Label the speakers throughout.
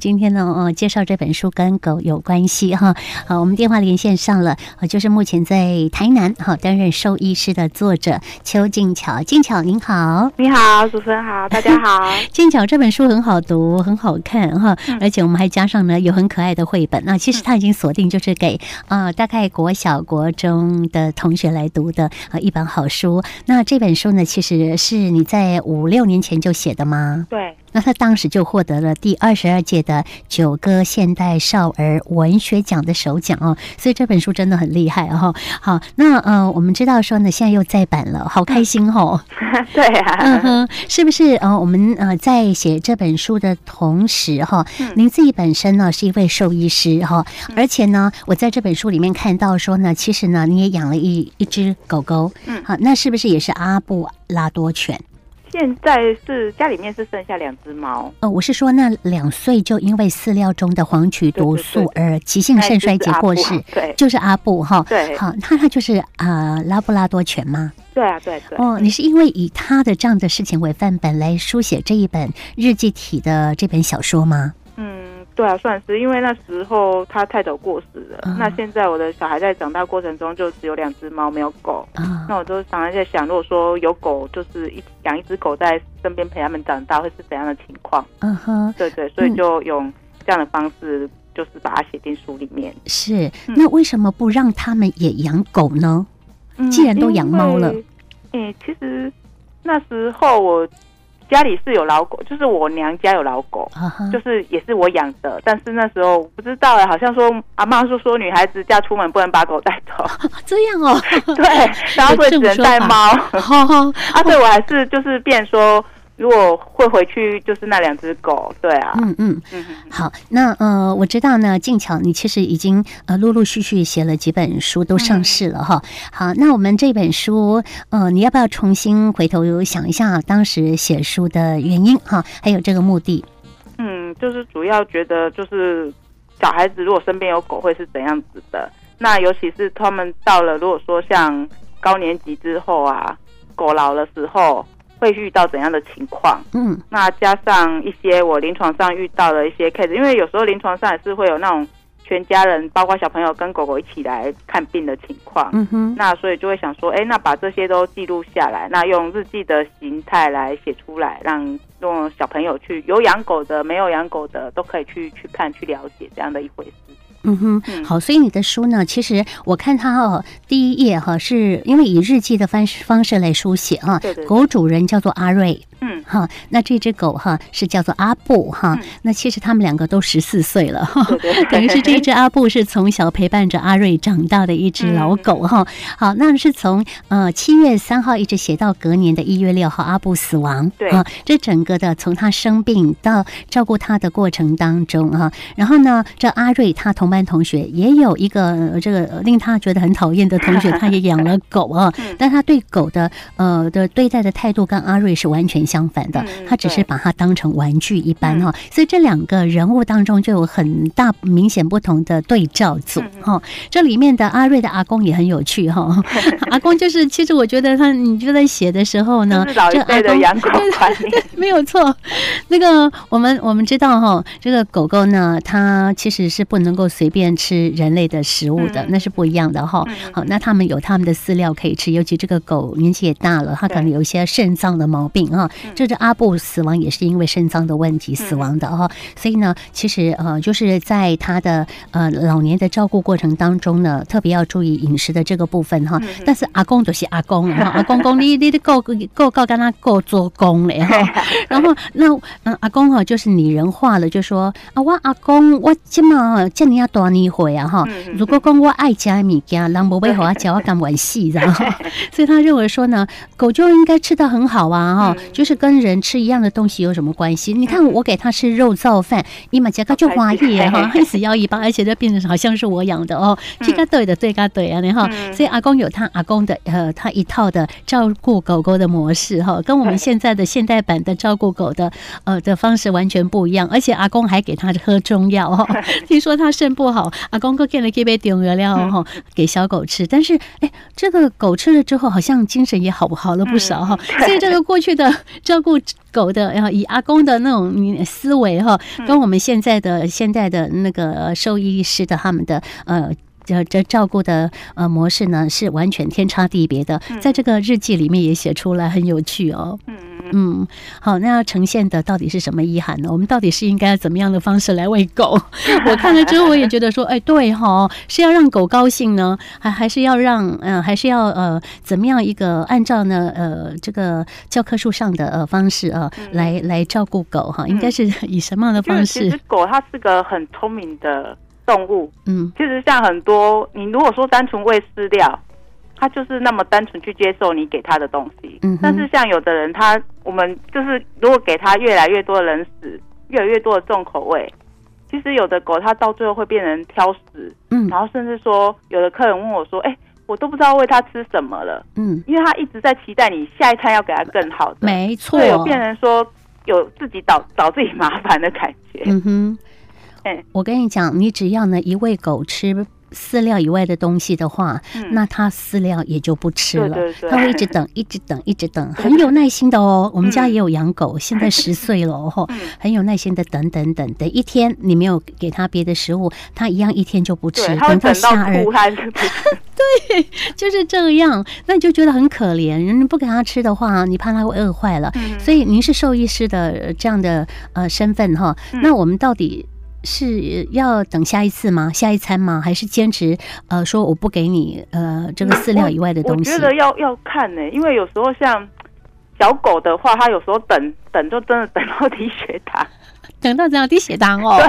Speaker 1: 今天呢，呃，介绍这本书跟狗有关系哈。好，我们电话连线上了，呃，就是目前在台南哈担任兽医师的作者邱静巧，静巧您好。
Speaker 2: 你好，主持人好，大家 好。
Speaker 1: 静巧这本书很好读，很好看哈，
Speaker 2: 嗯
Speaker 1: 而且我们还加上呢有很可爱的绘本啊。其实它已经锁定就是给呃大概国小、国中的同学来读的呃一本好书。那这本书呢，其实是你在五六年前就写的吗？
Speaker 2: 对，
Speaker 1: 那他当时就获得了第二十二届的九歌现代少儿文学奖的首奖哦，所以这本书真的很厉害哦。好，那呃，我们知道说呢，现在又再版了，好开心 哦。
Speaker 2: 对
Speaker 1: 嗯
Speaker 2: 啊，
Speaker 1: 哼，是不是？呃，我们呃在写这本书的同时哈、
Speaker 2: 嗯
Speaker 1: 您自己本身呢是一位兽医师哈、而且呢，我在这本书里面看到说呢，其实呢你也养了一一只狗狗，
Speaker 2: 嗯
Speaker 1: 好、那是不是也是阿布拉多犬？
Speaker 2: 现在是家里面是剩下两只猫，
Speaker 1: 呃，我是说，那两岁就因为饲料中的黄曲毒素而急性
Speaker 2: 那一只
Speaker 1: 肾嗯衰
Speaker 2: 哎是
Speaker 1: 竭
Speaker 2: 阿
Speaker 1: 过
Speaker 2: 布啊
Speaker 1: 世，。
Speaker 2: 对，
Speaker 1: 就是阿布哈。
Speaker 2: 对
Speaker 1: 好，那他就是呃拉布拉多犬吗？
Speaker 2: 对啊，对对。
Speaker 1: 哦，你是因为以他的这样的事情为范本来书写这一本日记体的这本小说吗？
Speaker 2: 嗯，对啊，算是，因为那时候他太早过世了。
Speaker 1: 嗯
Speaker 2: 那现在我的小孩在长大过程中就只有两只猫，没有狗。
Speaker 1: 啊、
Speaker 2: 那我就常常在想，如果说有狗，就是一养一只狗在身边陪他们长大，会是怎样的情况？
Speaker 1: 嗯哼，
Speaker 2: 对对，所
Speaker 1: 嗯
Speaker 2: 以就用这样的方式，就是把它写进书里面。
Speaker 1: 是。
Speaker 2: 嗯
Speaker 1: 那为什么不让他们也养狗呢？既然都养猫了
Speaker 2: 嗯嗯因为，诶、其实那时候我家里是有老狗，就是我娘家有老狗，
Speaker 1: 啊哈
Speaker 2: 就，是也是我养的。但是那时候我不知道哎，好像说阿妈说说女孩子嫁出门不能把狗带 走，
Speaker 1: 这样 哦，
Speaker 2: 对，然后所以只能带猫。
Speaker 1: 好 好，
Speaker 2: 啊，对我还是就是变说，如果会回去就是那两只狗，对啊，
Speaker 1: 嗯嗯。
Speaker 2: 嗯嗯
Speaker 1: 好，那呃，我知道呢，静巧，你其实已经呃陆陆续续写了几本书，都上市了哈。
Speaker 2: 嗯
Speaker 1: 好，那我们这本书，呃，你要不要重新回头想一下当时写书的原因哈，还有这个目的？
Speaker 2: 嗯，就是主要觉得就是小孩子如果身边有狗会是怎样子的？那尤其是他们到了如果说像高年级之后啊，狗老的时候会遇到怎样的情况？
Speaker 1: 嗯
Speaker 2: 那加上一些我临床上遇到的一些 case，因为有时候临床上也是会有那种全家人，包括小朋友跟狗狗一起来看病的情况。
Speaker 1: 嗯哼，
Speaker 2: 那所以就会想说，哎，那把这些都记录下来，那用日记的形态来写出来，让让小朋友去有养狗的、没有养狗的都可以去去看、去了解这样的一回事。
Speaker 1: 嗯哼，
Speaker 2: 嗯
Speaker 1: 好，所以你的书呢，其实我看它哦，第一页哈，是因为以日记的方式方式来书写啊
Speaker 2: 对对，对
Speaker 1: 狗主人叫做阿瑞，
Speaker 2: 嗯，
Speaker 1: 哈，那这只狗哈是叫做阿布哈
Speaker 2: 嗯，
Speaker 1: 那其实他们两个都十四岁了哈，
Speaker 2: 对对
Speaker 1: 等于是这只阿布是从小陪伴着阿瑞长大的一只老狗
Speaker 2: 嗯
Speaker 1: 哈。好，那是从呃七月三号一直写到隔年的一月六号阿布死亡，
Speaker 2: 对
Speaker 1: 啊，这整个的从他生病到照顾他的过程当中啊，然后呢，这阿瑞他同班同学也有一个、呃这个呃令他觉得很讨厌的同 学，他也养了狗啊，
Speaker 2: 嗯
Speaker 1: 但他对狗的呃的对待的态度跟阿瑞是完全相反的，
Speaker 2: 嗯
Speaker 1: 他只是
Speaker 2: 对嗯
Speaker 1: 把它当成玩具一般哈、所以这两个人物当中就有很大明显不同的对照组
Speaker 2: 嗯嗯
Speaker 1: 哈、这里面的阿瑞的阿公也很有趣哈、 阿公就是其实我觉得他你就在写的时候呢
Speaker 2: 这，是老
Speaker 1: 这
Speaker 2: 一辈
Speaker 1: 阿
Speaker 2: 的
Speaker 1: 公
Speaker 2: 养狗观念。
Speaker 1: 没有错，那个我们我们知道哈、这个狗狗呢，它其实是不能够随便吃人类的食物的，
Speaker 2: 嗯
Speaker 1: 那是不一样的哈、
Speaker 2: 嗯
Speaker 1: 好，那它们有它们的饲料可以吃，尤其这个狗年纪也大了，它可能有一些肾脏的毛病哈、
Speaker 2: 嗯
Speaker 1: 这只阿布死亡也是因为肾脏的问题死亡的哈、啊所以呢，其实呃，就是在它的呃老年的照顾过程当中呢，特别要注意饮食的这个部分哈、
Speaker 2: 嗯
Speaker 1: 但是阿公就是阿公了哈，阿公公你你的够够够跟他够做工了哈。 然后那嗯，阿公哈、就是拟人化了，就说啊，我阿公我今嘛这你啊大年岁啊哈。
Speaker 2: 嗯
Speaker 1: 如果讲我爱吃的物件，人无要给我吃，我甘愿死， 然后，所以他认为说呢，狗就应该吃的很好啊，哈、
Speaker 2: 嗯
Speaker 1: 就是跟人吃一样的东西有什么关系？你看我给它吃肉燥饭，伊嘛加个
Speaker 2: 哦
Speaker 1: 就花叶哈，
Speaker 2: 嘿
Speaker 1: 一死要一把，而且就变成好像是我养的哦，这个对的，对个对啊，然后，
Speaker 2: 嗯
Speaker 1: 所以阿公有他阿公的呃，他一套的照顾狗狗的模式哈、跟我们
Speaker 2: 对
Speaker 1: 现在的现代版的照顾狗的呃的方式完全不一样，而且阿公还给他喝中药 哈、听说他肾不好，阿公哥给了一杯中药了哈，给小狗吃，但是哎，这个狗吃了之后好像精神也好好了不少哈、
Speaker 2: 嗯
Speaker 1: 所以这个过去的照顾狗的，然后以阿公的那种嗯思维哈，跟我们现在的现在的那个呃兽医师的他们的呃。这这照顾的呃模式呢是完全天差地别的，在这个日记里面也写出来，很有趣哦。
Speaker 2: 嗯嗯嗯，
Speaker 1: 嗯，好，那要呈现的到底是什么遗憾呢？我们到底是应该怎么样的方式来喂狗？我看了之后，我也觉得说，哎，对哈、是要让狗高兴呢，还还是要让嗯、呃还是要呃怎么样一个按照呢呃这个教科书上的呃方式啊、呃、来来照顾狗哈，应该是以什么样的
Speaker 2: 因为
Speaker 1: 方
Speaker 2: 其实
Speaker 1: 式？
Speaker 2: 狗它是个很聪明的动物，
Speaker 1: 嗯
Speaker 2: 其实像很多你如果说单纯喂饲料，它就是那么单纯去接受你给它的东西，
Speaker 1: 嗯哼
Speaker 2: 但是像有的人他我们就是如果给它越来越多的冷食，越来越多的重口味。其实有的狗它到最后会变成挑食，
Speaker 1: 嗯
Speaker 2: 然后甚至说，有的客人问我说：“哎、我都不知道喂它吃什么了，
Speaker 1: 嗯，
Speaker 2: 因为它一直在期待你下一餐要给它更好的。”
Speaker 1: 没错
Speaker 2: 所以，有变成说有自己找找自己麻烦的感觉。
Speaker 1: 嗯哼，
Speaker 2: 哎
Speaker 1: 我跟你讲，你只要呢一喂狗吃饲料以外的东西的话，
Speaker 2: 嗯
Speaker 1: 那它饲料也就不吃了，
Speaker 2: 对对对
Speaker 1: 它会一直等， 一直等，一直等，很有耐心的哦。我们家也有养狗，现在十岁了哦，
Speaker 2: 嗯
Speaker 1: 很有耐心的等等等，等一天你没有给它别的食物，它一样一天就不吃
Speaker 2: 对，，它会
Speaker 1: 等到
Speaker 2: 等到
Speaker 1: 下饵
Speaker 2: 吐，它就 不吃。
Speaker 1: 就是这样，那你就觉得很可怜。人不给它吃的话，你怕它会饿坏了。
Speaker 2: 嗯
Speaker 1: 所以您是兽医师的呃这样的呃身份哈，
Speaker 2: 嗯
Speaker 1: 那我们到底是要等下一次吗？下一餐吗？还是坚持呃说我不给你呃这个饲料以外的
Speaker 2: 我
Speaker 1: 东西？
Speaker 2: 觉得要要看呢、因为有时候像小狗的话，它有时候等等就真的等到 低血糖。
Speaker 1: 等到这样低血糖 哦，对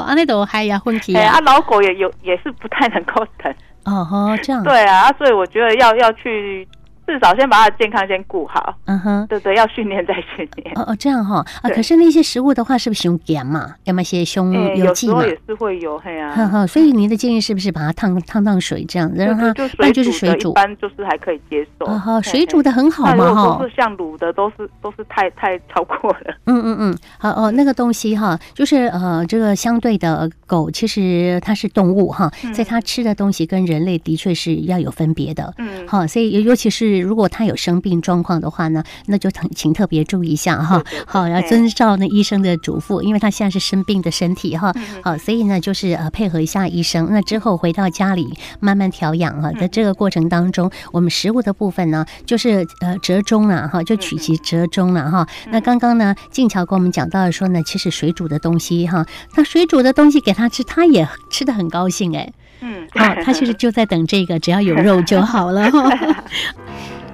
Speaker 1: 啊，那种嗨呀混体
Speaker 2: 哎、
Speaker 1: 呀
Speaker 2: 啊，，老狗也有也是不太能够等。
Speaker 1: 哦吼，这样，
Speaker 2: 对啊，啊所以我觉得要要去至少先把它的健康先顾好。
Speaker 1: 嗯哼。
Speaker 2: 对对，要训练再训练。
Speaker 1: 哦哦，这样哈、啊，
Speaker 2: 对
Speaker 1: 可是那些食物的话，是不是用盐啊嘛？要么些
Speaker 2: 哎、
Speaker 1: 胸油
Speaker 2: 有
Speaker 1: 剂
Speaker 2: 时
Speaker 1: 嘛
Speaker 2: 候？也是会有嘿啊。
Speaker 1: 呵呵，所以您的建议是不是把它烫烫烫水这样子，让它
Speaker 2: 就就
Speaker 1: 不然就是
Speaker 2: 水
Speaker 1: 水煮
Speaker 2: 煮的，一，般就是还可以接受。
Speaker 1: 哦好，
Speaker 2: 嘿
Speaker 1: 水
Speaker 2: 嘿
Speaker 1: 煮的很好
Speaker 2: 那
Speaker 1: 嘛
Speaker 2: 如
Speaker 1: 哈
Speaker 2: 果。都是像卤的，都是都是太太超过 了。
Speaker 1: 嗯嗯嗯，好哦，那个东西哈，就是呃，这个相对的狗其实它是动物哈，
Speaker 2: 嗯
Speaker 1: 在它吃的东西跟人类的确是要有分别的。
Speaker 2: 嗯，
Speaker 1: 好，所以尤尤其是如果它有生病状况的话呢，那就请请特别注意一下哈
Speaker 2: 对对对。
Speaker 1: 好，要
Speaker 2: 嗯
Speaker 1: 遵照那医生的嘱咐，因为它现在是生病的身体
Speaker 2: 嗯
Speaker 1: 哈。好，所以呢，就是呃配合一下医生。那之后回到家里慢慢调养哈，在这个过程当中，我们食物的部分呢，就是呃折中了哈，就取其折中了哈。那刚刚呢，静桥跟我们讲到说呢，其实水煮的东西哈，那水煮的东西给它吃，它也吃的很高兴哎、
Speaker 2: 嗯，
Speaker 1: 好，他其实就在等这 个，只要有肉就好了。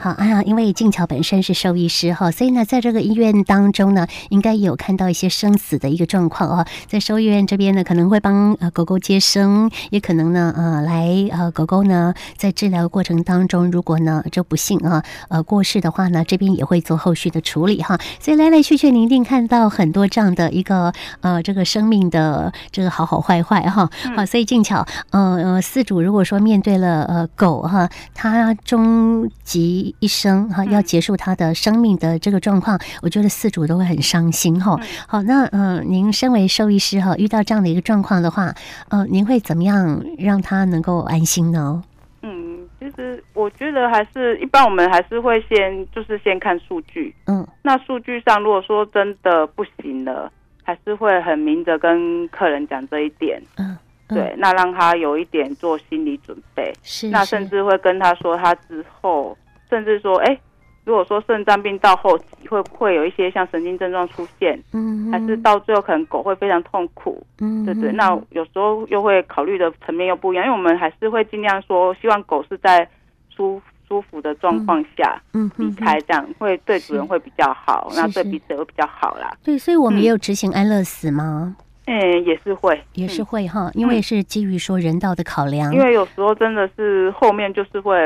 Speaker 1: 好啊，因为静巧本身是兽医师哈，所以呢，在这个医院当中呢，应该也有看到一些生死的一个状况哦。在兽医院这边呢，可能会帮呃狗狗接生，也可能呢呃来呃狗狗呢在治疗过程当中，如果呢这不幸啊呃过世的话呢，这边也会做后续的处理哈。所以来来去去，您一定看到很多这样的一个呃这个生命的这个好好坏坏哈。好，所以静巧呃呃，饲主如果说面对了呃狗哈，它终极一生
Speaker 2: 嗯
Speaker 1: 哈，要结束它的生命的这个状况，我觉得饲主都会很伤心哈。
Speaker 2: 嗯
Speaker 1: 好，那呃，您身为兽医师哈，遇到这样的一个状况的话，呃，您会怎么样让它能够安心呢？
Speaker 2: 嗯，其实我觉得还是一般，我们还是会先就是先看数据。
Speaker 1: 嗯
Speaker 2: 那数据上，如果说真的不行了，还是会很明着跟客人讲这一点。
Speaker 1: 嗯，嗯
Speaker 2: 对，，那让他有一点做心理准备。
Speaker 1: 是
Speaker 2: 那
Speaker 1: 是
Speaker 2: 甚至会跟他说他之后，甚至说，哎，如果说肾脏病到后期会不会有一些像神经症状出现，
Speaker 1: 嗯，
Speaker 2: 还是到最后可能狗会非常痛苦，
Speaker 1: 嗯
Speaker 2: 对对。那有时候又会考虑的层面又不一样，因为我们还是会尽量说，希望狗是在舒舒服的状况下
Speaker 1: 嗯
Speaker 2: 离
Speaker 1: 哼哼
Speaker 2: 开，这样会对主人会比较好，
Speaker 1: 是
Speaker 2: 那对
Speaker 1: 是
Speaker 2: 彼此也会比较好啦。
Speaker 1: 对，所以我们
Speaker 2: 嗯
Speaker 1: 也有执行安乐死吗？
Speaker 2: 嗯，也是会，
Speaker 1: 也是
Speaker 2: 嗯
Speaker 1: 会哈，因为是基于说人道的考量，
Speaker 2: 因为有时候真的是后面就是会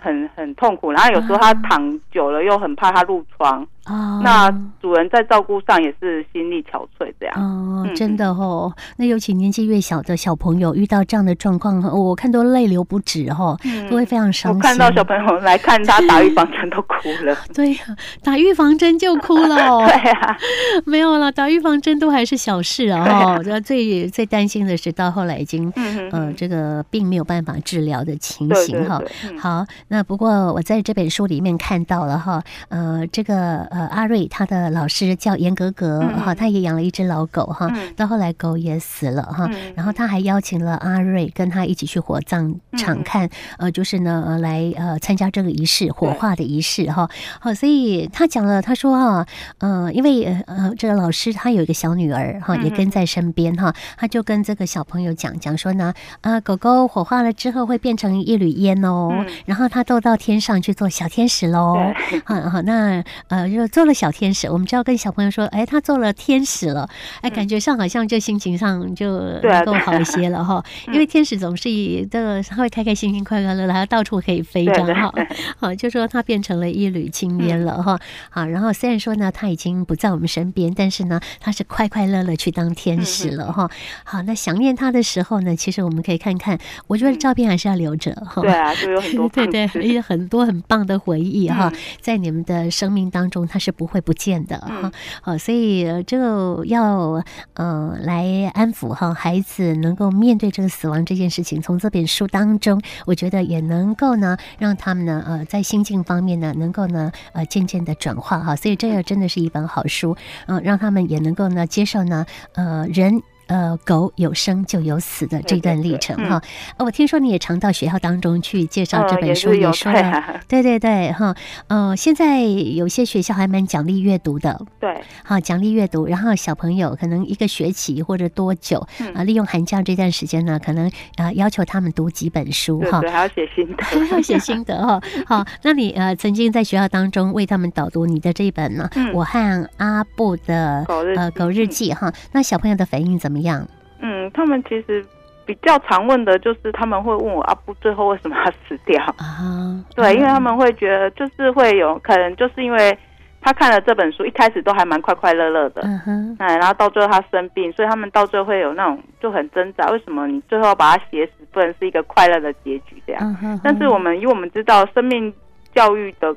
Speaker 2: 很很痛苦，然后有时候
Speaker 1: 嗯
Speaker 2: 它躺久了又很怕它褥疮，
Speaker 1: 啊，
Speaker 2: 那主人在照顾上也是心力憔悴这样。
Speaker 1: 哦，
Speaker 2: 嗯
Speaker 1: 真的哦，那尤其年纪越小的小朋友遇到这样的状况，哦我看都泪流不止哦，
Speaker 2: 嗯
Speaker 1: 都会非常伤
Speaker 2: 我
Speaker 1: 心。
Speaker 2: 看到小朋友来看他打预防针都哭了，
Speaker 1: 对呀、打预防针就哭了、
Speaker 2: 对
Speaker 1: 哦，
Speaker 2: 啊，
Speaker 1: 没有了，打预防针都还是小事啊、哦。这最最担心的是到后来已经，
Speaker 2: 嗯
Speaker 1: 呃，这个并没有办法治疗的情
Speaker 2: 对对
Speaker 1: 形哈。
Speaker 2: 对，嗯
Speaker 1: 好，那不过我在这本书里面看到了哈，呃，这个呃阿瑞他的老师叫严格格
Speaker 2: 嗯
Speaker 1: 哈，他也养了一只老狗哈，
Speaker 2: 嗯
Speaker 1: 到后来狗也死了哈，
Speaker 2: 嗯
Speaker 1: 然后他还邀请了阿瑞跟他一起去火葬场
Speaker 2: 嗯
Speaker 1: 看，呃，就是呢呃来呃参加这个仪式，火
Speaker 2: 对
Speaker 1: 化的仪式哈。好、所以他讲了，他说啊，呃，因为呃呃这个老师他有一个小女儿哈，
Speaker 2: 嗯
Speaker 1: 也跟在身边哈，他就跟这个小朋友讲讲说呢，啊，狗狗火化了之后会变成一缕烟哦，
Speaker 2: 嗯
Speaker 1: 然后它都到天上去做小天使喽。
Speaker 2: 对，
Speaker 1: 好嗯好，那呃，就做了小天使，我们就要跟小朋友说，哎，他做了天使了，哎，感觉上好像就心情上就
Speaker 2: 嗯对啊
Speaker 1: 能够
Speaker 2: 对啊嗯
Speaker 1: 好一些了 哈。因为天使总是以这个他会开开心心、快快乐乐，他到处可以飞
Speaker 2: 对
Speaker 1: 的
Speaker 2: 对
Speaker 1: 哈
Speaker 2: 对。嗯
Speaker 1: 好，就说他变成了一缕青烟了哈。好，然后虽然说呢，他已经不在我们身边，但是呢，他是快快乐乐去当天
Speaker 2: 嗯
Speaker 1: 使了哈。好，那想念他的时候呢，其实我们可以看看，我觉得
Speaker 2: 嗯
Speaker 1: 照片还是要留着哈。
Speaker 2: 对啊，就有很多
Speaker 1: 哦对对
Speaker 2: 方，式
Speaker 1: 也很多很棒的回忆哈、
Speaker 2: 嗯
Speaker 1: 在你们的生命当中，它是不会不见的哈
Speaker 2: 嗯。
Speaker 1: 哦，所以呃这个要呃来安抚哈孩子，能够面对这个死亡这件事情，从这本书当中，我觉得也能够呢，让他们呢呃在心境方面呢，能够呢呃渐渐的转化哈。所以这个真的是一本好书，嗯、让他们也能够呢接受呢呃人。呃，狗有生就有死的这
Speaker 2: 对对
Speaker 1: 段
Speaker 2: 对
Speaker 1: 历程
Speaker 2: 嗯
Speaker 1: 哈、呃我听说你也常到学校当中去介绍这
Speaker 2: 嗯也
Speaker 1: 本书，
Speaker 2: 是有
Speaker 1: 也说
Speaker 2: 对
Speaker 1: 了，
Speaker 2: 啊，
Speaker 1: 对对对，哈，呃，现在有些学校还蛮奖励阅读的，
Speaker 2: 对，
Speaker 1: 哈，奖励阅读，然后小朋友可能一个学期或者多久
Speaker 2: 嗯
Speaker 1: 啊，利用寒假这段时间呢，可能啊要求他们读几本书
Speaker 2: 对
Speaker 1: 哈。
Speaker 2: 对，还要写心得，
Speaker 1: 要写心得哈，好，那你呃曾经在学校当中为他们导读你的这一本呢，
Speaker 2: 嗯
Speaker 1: 我和阿布的
Speaker 2: 狗 日
Speaker 1: 呃
Speaker 2: 记
Speaker 1: 狗日
Speaker 2: 嗯
Speaker 1: 记哈，那小朋友的反应怎么样？
Speaker 2: 嗯，他们其实比较常问的就是他们会问我阿布最后为什么要死掉？
Speaker 1: 啊，
Speaker 2: 对，因为
Speaker 1: 嗯
Speaker 2: 他们会觉得就是会有可能就是因为他看了这本书，一开始都还蛮快快乐乐的，
Speaker 1: 嗯哼，
Speaker 2: 哎，然后到最后他生病，所以他们到最后会有那种就很挣扎，为什么你最后要把他写死，不能是一个快乐的结局这样？
Speaker 1: 嗯哼，
Speaker 2: 但是我们因为我们知道生命教育的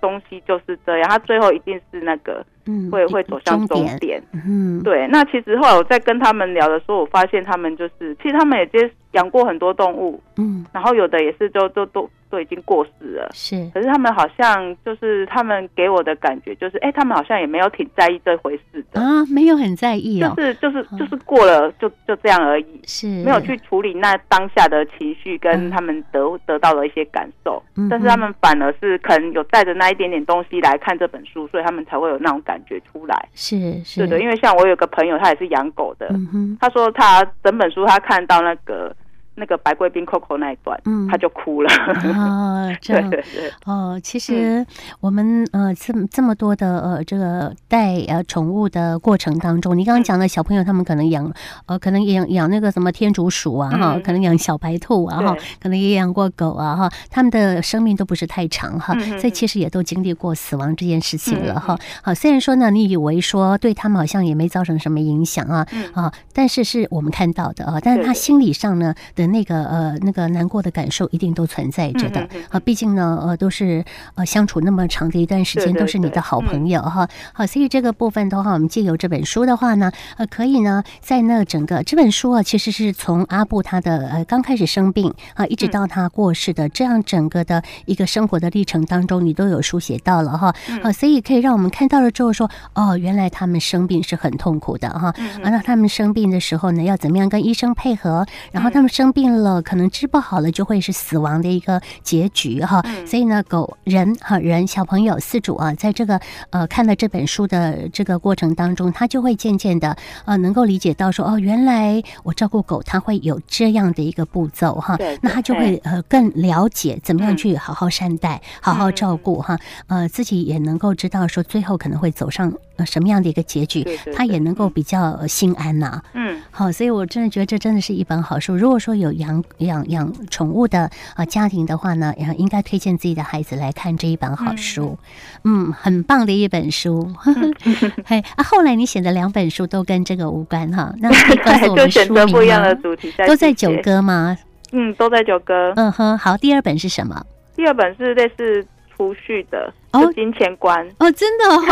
Speaker 2: 东西就是这样，他最后一定是那个
Speaker 1: 嗯
Speaker 2: 会会走向终
Speaker 1: 点，
Speaker 2: 点。
Speaker 1: 嗯，
Speaker 2: 对，那其实后来我在跟他们聊的时候，我发现他们就是，其实他们也接养过很多动物，
Speaker 1: 嗯
Speaker 2: 然后有的也是都都都都已经过世了。
Speaker 1: 是，
Speaker 2: 可是他们好像就是他们给我的感觉就是，哎、他们好像也没有挺在意这回事的，
Speaker 1: 啊，没有很在意哦
Speaker 2: 就，是就是就是过了就就这样而已，
Speaker 1: 是
Speaker 2: 没有去处理那当下的情绪
Speaker 1: 嗯
Speaker 2: 跟他们得得到的一些感受
Speaker 1: 嗯哼，
Speaker 2: 但是他们反而是可能有带着那一点点东西来看这本书，所以他们才会有那种感觉出来。
Speaker 1: 是是
Speaker 2: 对的，因为像我有个朋友，他也是养狗的，
Speaker 1: 嗯哼
Speaker 2: 他说他整本书他看到那个那个白贵宾 Coco 那一段，
Speaker 1: 嗯
Speaker 2: 他就哭了。
Speaker 1: 啊，这
Speaker 2: 对嗯
Speaker 1: 样
Speaker 2: 对对，
Speaker 1: 哦，其实我们呃这么这么多的呃这个带呃宠物的过程当中，你
Speaker 2: 嗯
Speaker 1: 刚刚讲的小朋友他们可能养呃可能养养那个什么天竺鼠啊哈，
Speaker 2: 嗯
Speaker 1: 可能养小白兔啊哈
Speaker 2: 对，
Speaker 1: 可能也养过狗啊哈，他们的生命都不是太长哈，
Speaker 2: 嗯嗯嗯
Speaker 1: 所以其实也都经历过死亡这件事情了哈。好，虽然说呢，你以为说对他们好像也没造成什么影响啊，
Speaker 2: 嗯
Speaker 1: 啊，但是是我们看到的啊，但是
Speaker 2: 对
Speaker 1: 他
Speaker 2: 对
Speaker 1: 心理上呢的那个呃那个难过的感受一定都存在着的
Speaker 2: 嗯嗯嗯
Speaker 1: 啊，毕竟呢呃都是呃相处那么长的一段时间，
Speaker 2: 对对嗯
Speaker 1: 都是你的好朋友哈，好，所以这个部分的话，我们借由这本书的话呢，呃，可以呢在那整个这本书啊，其实是从阿布他的呃刚开始生病啊，一直
Speaker 2: 嗯
Speaker 1: 到他过世的这样整个的一个生活的历程当中，你都有书写到了哈，
Speaker 2: 嗯
Speaker 1: 啊，所以可以让我们看到了之后说，哦，原来他们生病是很痛苦的哈，
Speaker 2: 嗯
Speaker 1: 啊，那他们生病的时候呢，要怎么样跟医生配合？然后他们生病了，可能治不好了，就会是死亡的一个结局哈。
Speaker 2: 嗯
Speaker 1: 所以呢，狗人哈人小朋友四主啊，在这个呃看了这本书的这个过程当中，他就会渐渐的呃能够理解到说，哦，原来我照顾狗，它会有这样的一个步骤哈。
Speaker 2: 对对
Speaker 1: 那他就
Speaker 2: 对
Speaker 1: 会呃更了解怎么样
Speaker 2: 嗯
Speaker 1: 去好好善待、好好照顾哈。呃，自己也能够知道说最后可能会走上呃什么样的一个结局
Speaker 2: 对，对
Speaker 1: 他
Speaker 2: 对
Speaker 1: 也能够
Speaker 2: 嗯
Speaker 1: 比较呃心安呐、
Speaker 2: 嗯，
Speaker 1: 好，所以我真的觉得这真的是一本好书。如果说有养养养宠物的呃家庭的话呢，呃应该推荐自己的孩子来看这一本好书。嗯很棒的一本书。
Speaker 2: 嗯
Speaker 1: 嘿，啊，后来你写的两本书都跟这个无关哈， 那可以告诉我
Speaker 2: 对，就
Speaker 1: 们书
Speaker 2: 选择
Speaker 1: 名
Speaker 2: 不一样的
Speaker 1: 吗？
Speaker 2: 主题在
Speaker 1: 都在九
Speaker 2: 写，
Speaker 1: 歌吗？
Speaker 2: 嗯，都在九歌。
Speaker 1: 嗯哼，好，第二本是什 么？
Speaker 2: 第二本是类似储蓄的，
Speaker 1: 哦
Speaker 2: 就金钱观。
Speaker 1: 哦，真的、哦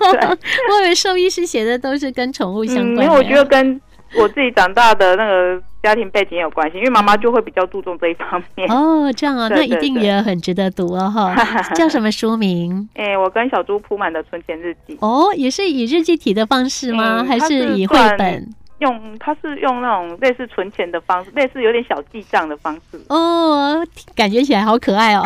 Speaker 2: 对，
Speaker 1: 我以为兽医师写的都是跟宠物相关
Speaker 2: 嗯，因
Speaker 1: 的。
Speaker 2: 为我觉得跟我自己长大的那个家庭背景也有关系，因为妈妈就会比较注重这一方 面。
Speaker 1: 哦，这样啊，那
Speaker 2: 对
Speaker 1: 一
Speaker 2: 对
Speaker 1: 定
Speaker 2: 对
Speaker 1: 也很值得读哦，哈。 叫什么书名？
Speaker 2: 哎、我跟小猪铺满的存钱日记，
Speaker 1: 哦，也是以日记体的方式吗？
Speaker 2: 嗯
Speaker 1: 还
Speaker 2: 它
Speaker 1: 是
Speaker 2: 是
Speaker 1: 以绘
Speaker 2: 算
Speaker 1: 本？。
Speaker 2: 用它是用那种类似存钱的方式，类似有点小记账的方式
Speaker 1: 哦，感觉起来好可 爱哦，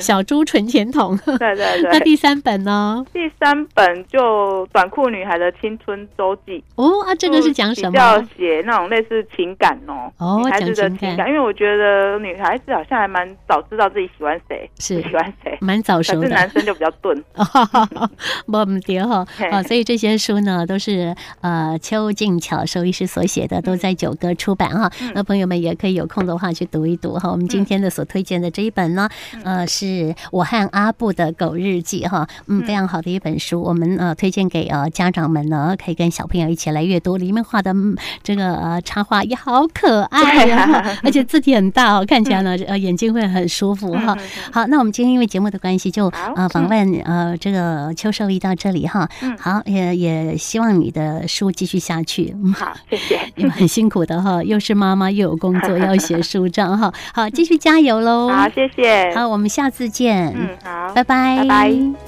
Speaker 1: 小猪存钱筒。
Speaker 2: 对对
Speaker 1: 那
Speaker 2: 对，
Speaker 1: 第三本呢？
Speaker 2: 第三本就《短裤女孩的青春周记》，
Speaker 1: 哦啊，这个是讲什
Speaker 2: 比较
Speaker 1: 么？
Speaker 2: 写那种类似情感哦，
Speaker 1: 哦
Speaker 2: 女孩子的
Speaker 1: 讲情感
Speaker 2: 情感，因为我觉得女孩子好像还蛮早知道自己喜欢谁，
Speaker 1: 是
Speaker 2: 不喜欢谁，
Speaker 1: 蛮早
Speaker 2: 可
Speaker 1: 熟
Speaker 2: 是
Speaker 1: 的。哦
Speaker 2: 男生就比较钝。
Speaker 1: 不唔对哈，
Speaker 2: 嘿
Speaker 1: 啊，所以这些书呢都是呃邱静巧兽医师所写的，
Speaker 2: 嗯
Speaker 1: 都在九歌出版哈。那朋友们也可以有空的话去读一读哈。我们
Speaker 2: 嗯
Speaker 1: 今天的所推荐的这一本呢，呃，是我和阿布的狗日记哈，嗯，非常好的一本书，我们呃推荐给呃家长们呢，可以跟小朋友一起来阅读，里面画的嗯这个呃插画也好可爱
Speaker 2: 对
Speaker 1: 呀、
Speaker 2: 啊
Speaker 1: 而且字体很大哦，看起来呢呃眼睛会很舒服哈。
Speaker 2: 嗯嗯嗯
Speaker 1: 好，那我们今天因为节目的关系就，
Speaker 2: 好
Speaker 1: 呃访
Speaker 2: 嗯
Speaker 1: 问呃这个邱兽医到这里哈。
Speaker 2: 嗯
Speaker 1: 好，也也希望你的书继续下去。 嗯
Speaker 2: 好，谢谢。
Speaker 1: 因为很辛苦的哈，又是妈妈又有工作，要写书这样哈。好，继续加油喽！
Speaker 2: 好，谢谢。
Speaker 1: 好，我们下次见，
Speaker 2: 嗯，好，
Speaker 1: 拜拜，
Speaker 2: 拜拜